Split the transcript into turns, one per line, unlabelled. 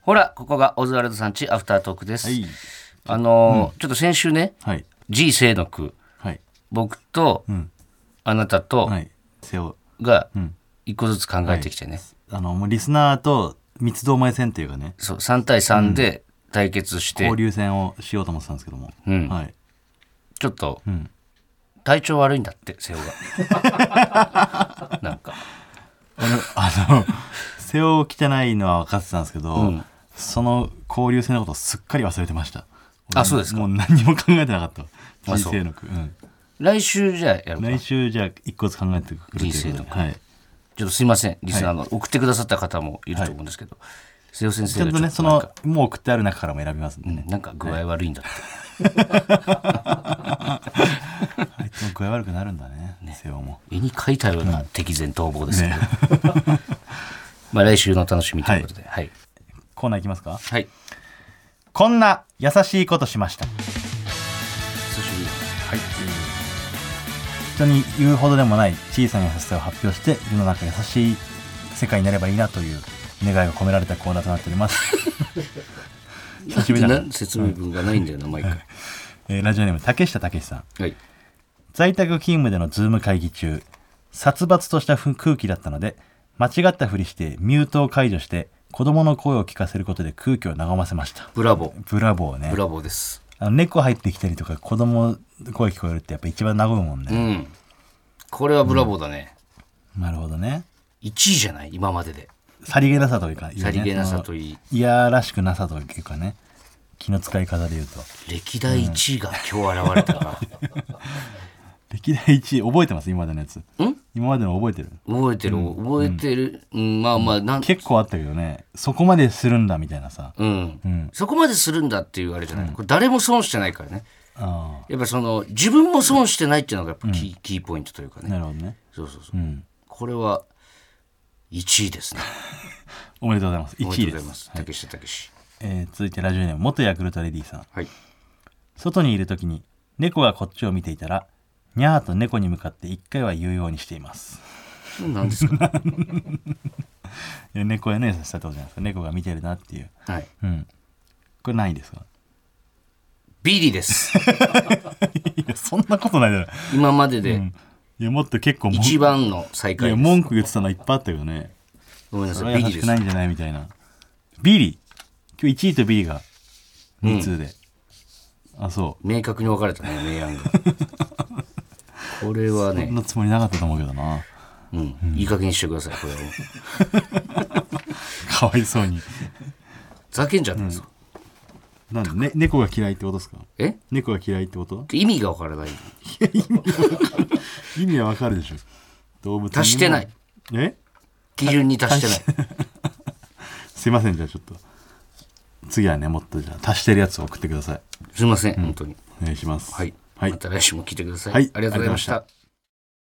ほら、ここがオズワルドさんちアフタートークです。
はい。
あのーちょっと先週ね、
はい。
G 清の句、
はい。
僕と、
ん
あなたと、
はい。せよ。
が、一個ずつ考えてきてね。
あの、もうリスナーと密同前線というかね、
そう、3対3で対決して、
交流戦をしようと思ってたんですけども。
うん
はい。
ちょっと、
ん
体調悪いんだって、瀬尾 が。なんか、
あの、瀬尾を来てないのは分かってたんですけど、
うん
その交流戦のことをすっかり忘れてました。
あそうですか
もう何にも考えてなかった。
あ
人
そう
生の句。うん。
来週じゃあやるか。
来週じゃあ一個ずつ考えてくるということで
人生の句
はい。
ちょっとすいません、リスナーの、送ってくださった方もいると思うんですけど、瀬尾先
ち
生
ゃ
が
ん
ちょ
と
っと
ね、そ
なんか
の、もう送ってある中からも選びますんでね。
なんか具合悪いんだって。
あいつも具合悪くなるんだね、瀬尾も。
絵に描いたような敵前逃亡ですけど、まあ来週の楽しみということで、はい。
コーナーいきますか
はい。
こんな優しいことしました。
久しぶりだ
はい、人に言うほどでもない小さな優しさを発表して世の中優しい世界になればいいなという願いが込められたコーナーとなっております、 久しぶりだな
なんてな説明文がないんだよな、毎回。
えーラジオネーム竹下武さん
はい。
在宅勤務でのズーム会議中殺伐としたふ空気だったので間違ったふりしてミュートを解除して子供の声を聞かせることで空気を和ませました
ブラボー。
ブラボーね
ブラボーです。
あの猫入ってきたりとか子供の声聞こえるってやっぱ一番和むもん
う
ね、
ん。これはブラボーだね。
なるほどね
1位じゃない今までで。
さりげなさというか、いいね
さりげなさ
そ
と
の
いい。
いやらしくなさというかね気の使い方で言うと
歴代1位が今日現れたから。
歴代1位覚えてます今までのやつ
ん
今までの覚えてる
覚えてる、覚えてる。うん、まあまあ、なん、
結構あったけどねそこまでするんだみたいなさ
うん
うん
そこまでするんだっていうあれじゃない、これ誰も損してないからね
あ
やっぱその自分も損してないっていうのがやっぱキー,、キーポイントというか
あ
ね
なるほどね
そうそうそうう、
ん
これは1位ですね
おめでとうございます
おめ
1
で
位
とうご
です
ざいます竹下武志
えー続いてラジオネーム元ヤクルトレディさん
はい
外にいる時に猫がこっちを見ていたらにゃーと猫に向かって1回は言うようにしています
何です か
いや猫への優しさってことじゃないですか猫が見てるなっていう
はい
うんこれないですか
ビリーです
いやそんなことないだろ
今までで
いやもっと結構も
一番の最
い
下
や
位です
文句言ってたのいっぱいあったけどね
ごめんな
そ
さ
れ
い
は
ビリー
優し
で
く
す
ないんじゃないみたいなビリ今日1位とビリが2通で、あそ
明確に分かれたね明 暗がこれは
うそん
ね、
なつもりなかったと思うけどな
うん、いい加減にしてくださいこれは
かわいそうに
ざけんじゃないですか、
なんで、ね、猫が嫌いってことですか
え
猫が嫌いってこと
意味が分からない
意味はわかるでしょ動物にも
足してない
え
基準に達してない。
すいませんじゃあちょっと次はねもっとじゃあ足してるやつを送ってください
すみません、本当に。
お願いします
はい。
はい
また来週も聞いてください。
はい
ありがとうございまし
ありがとうございました
た。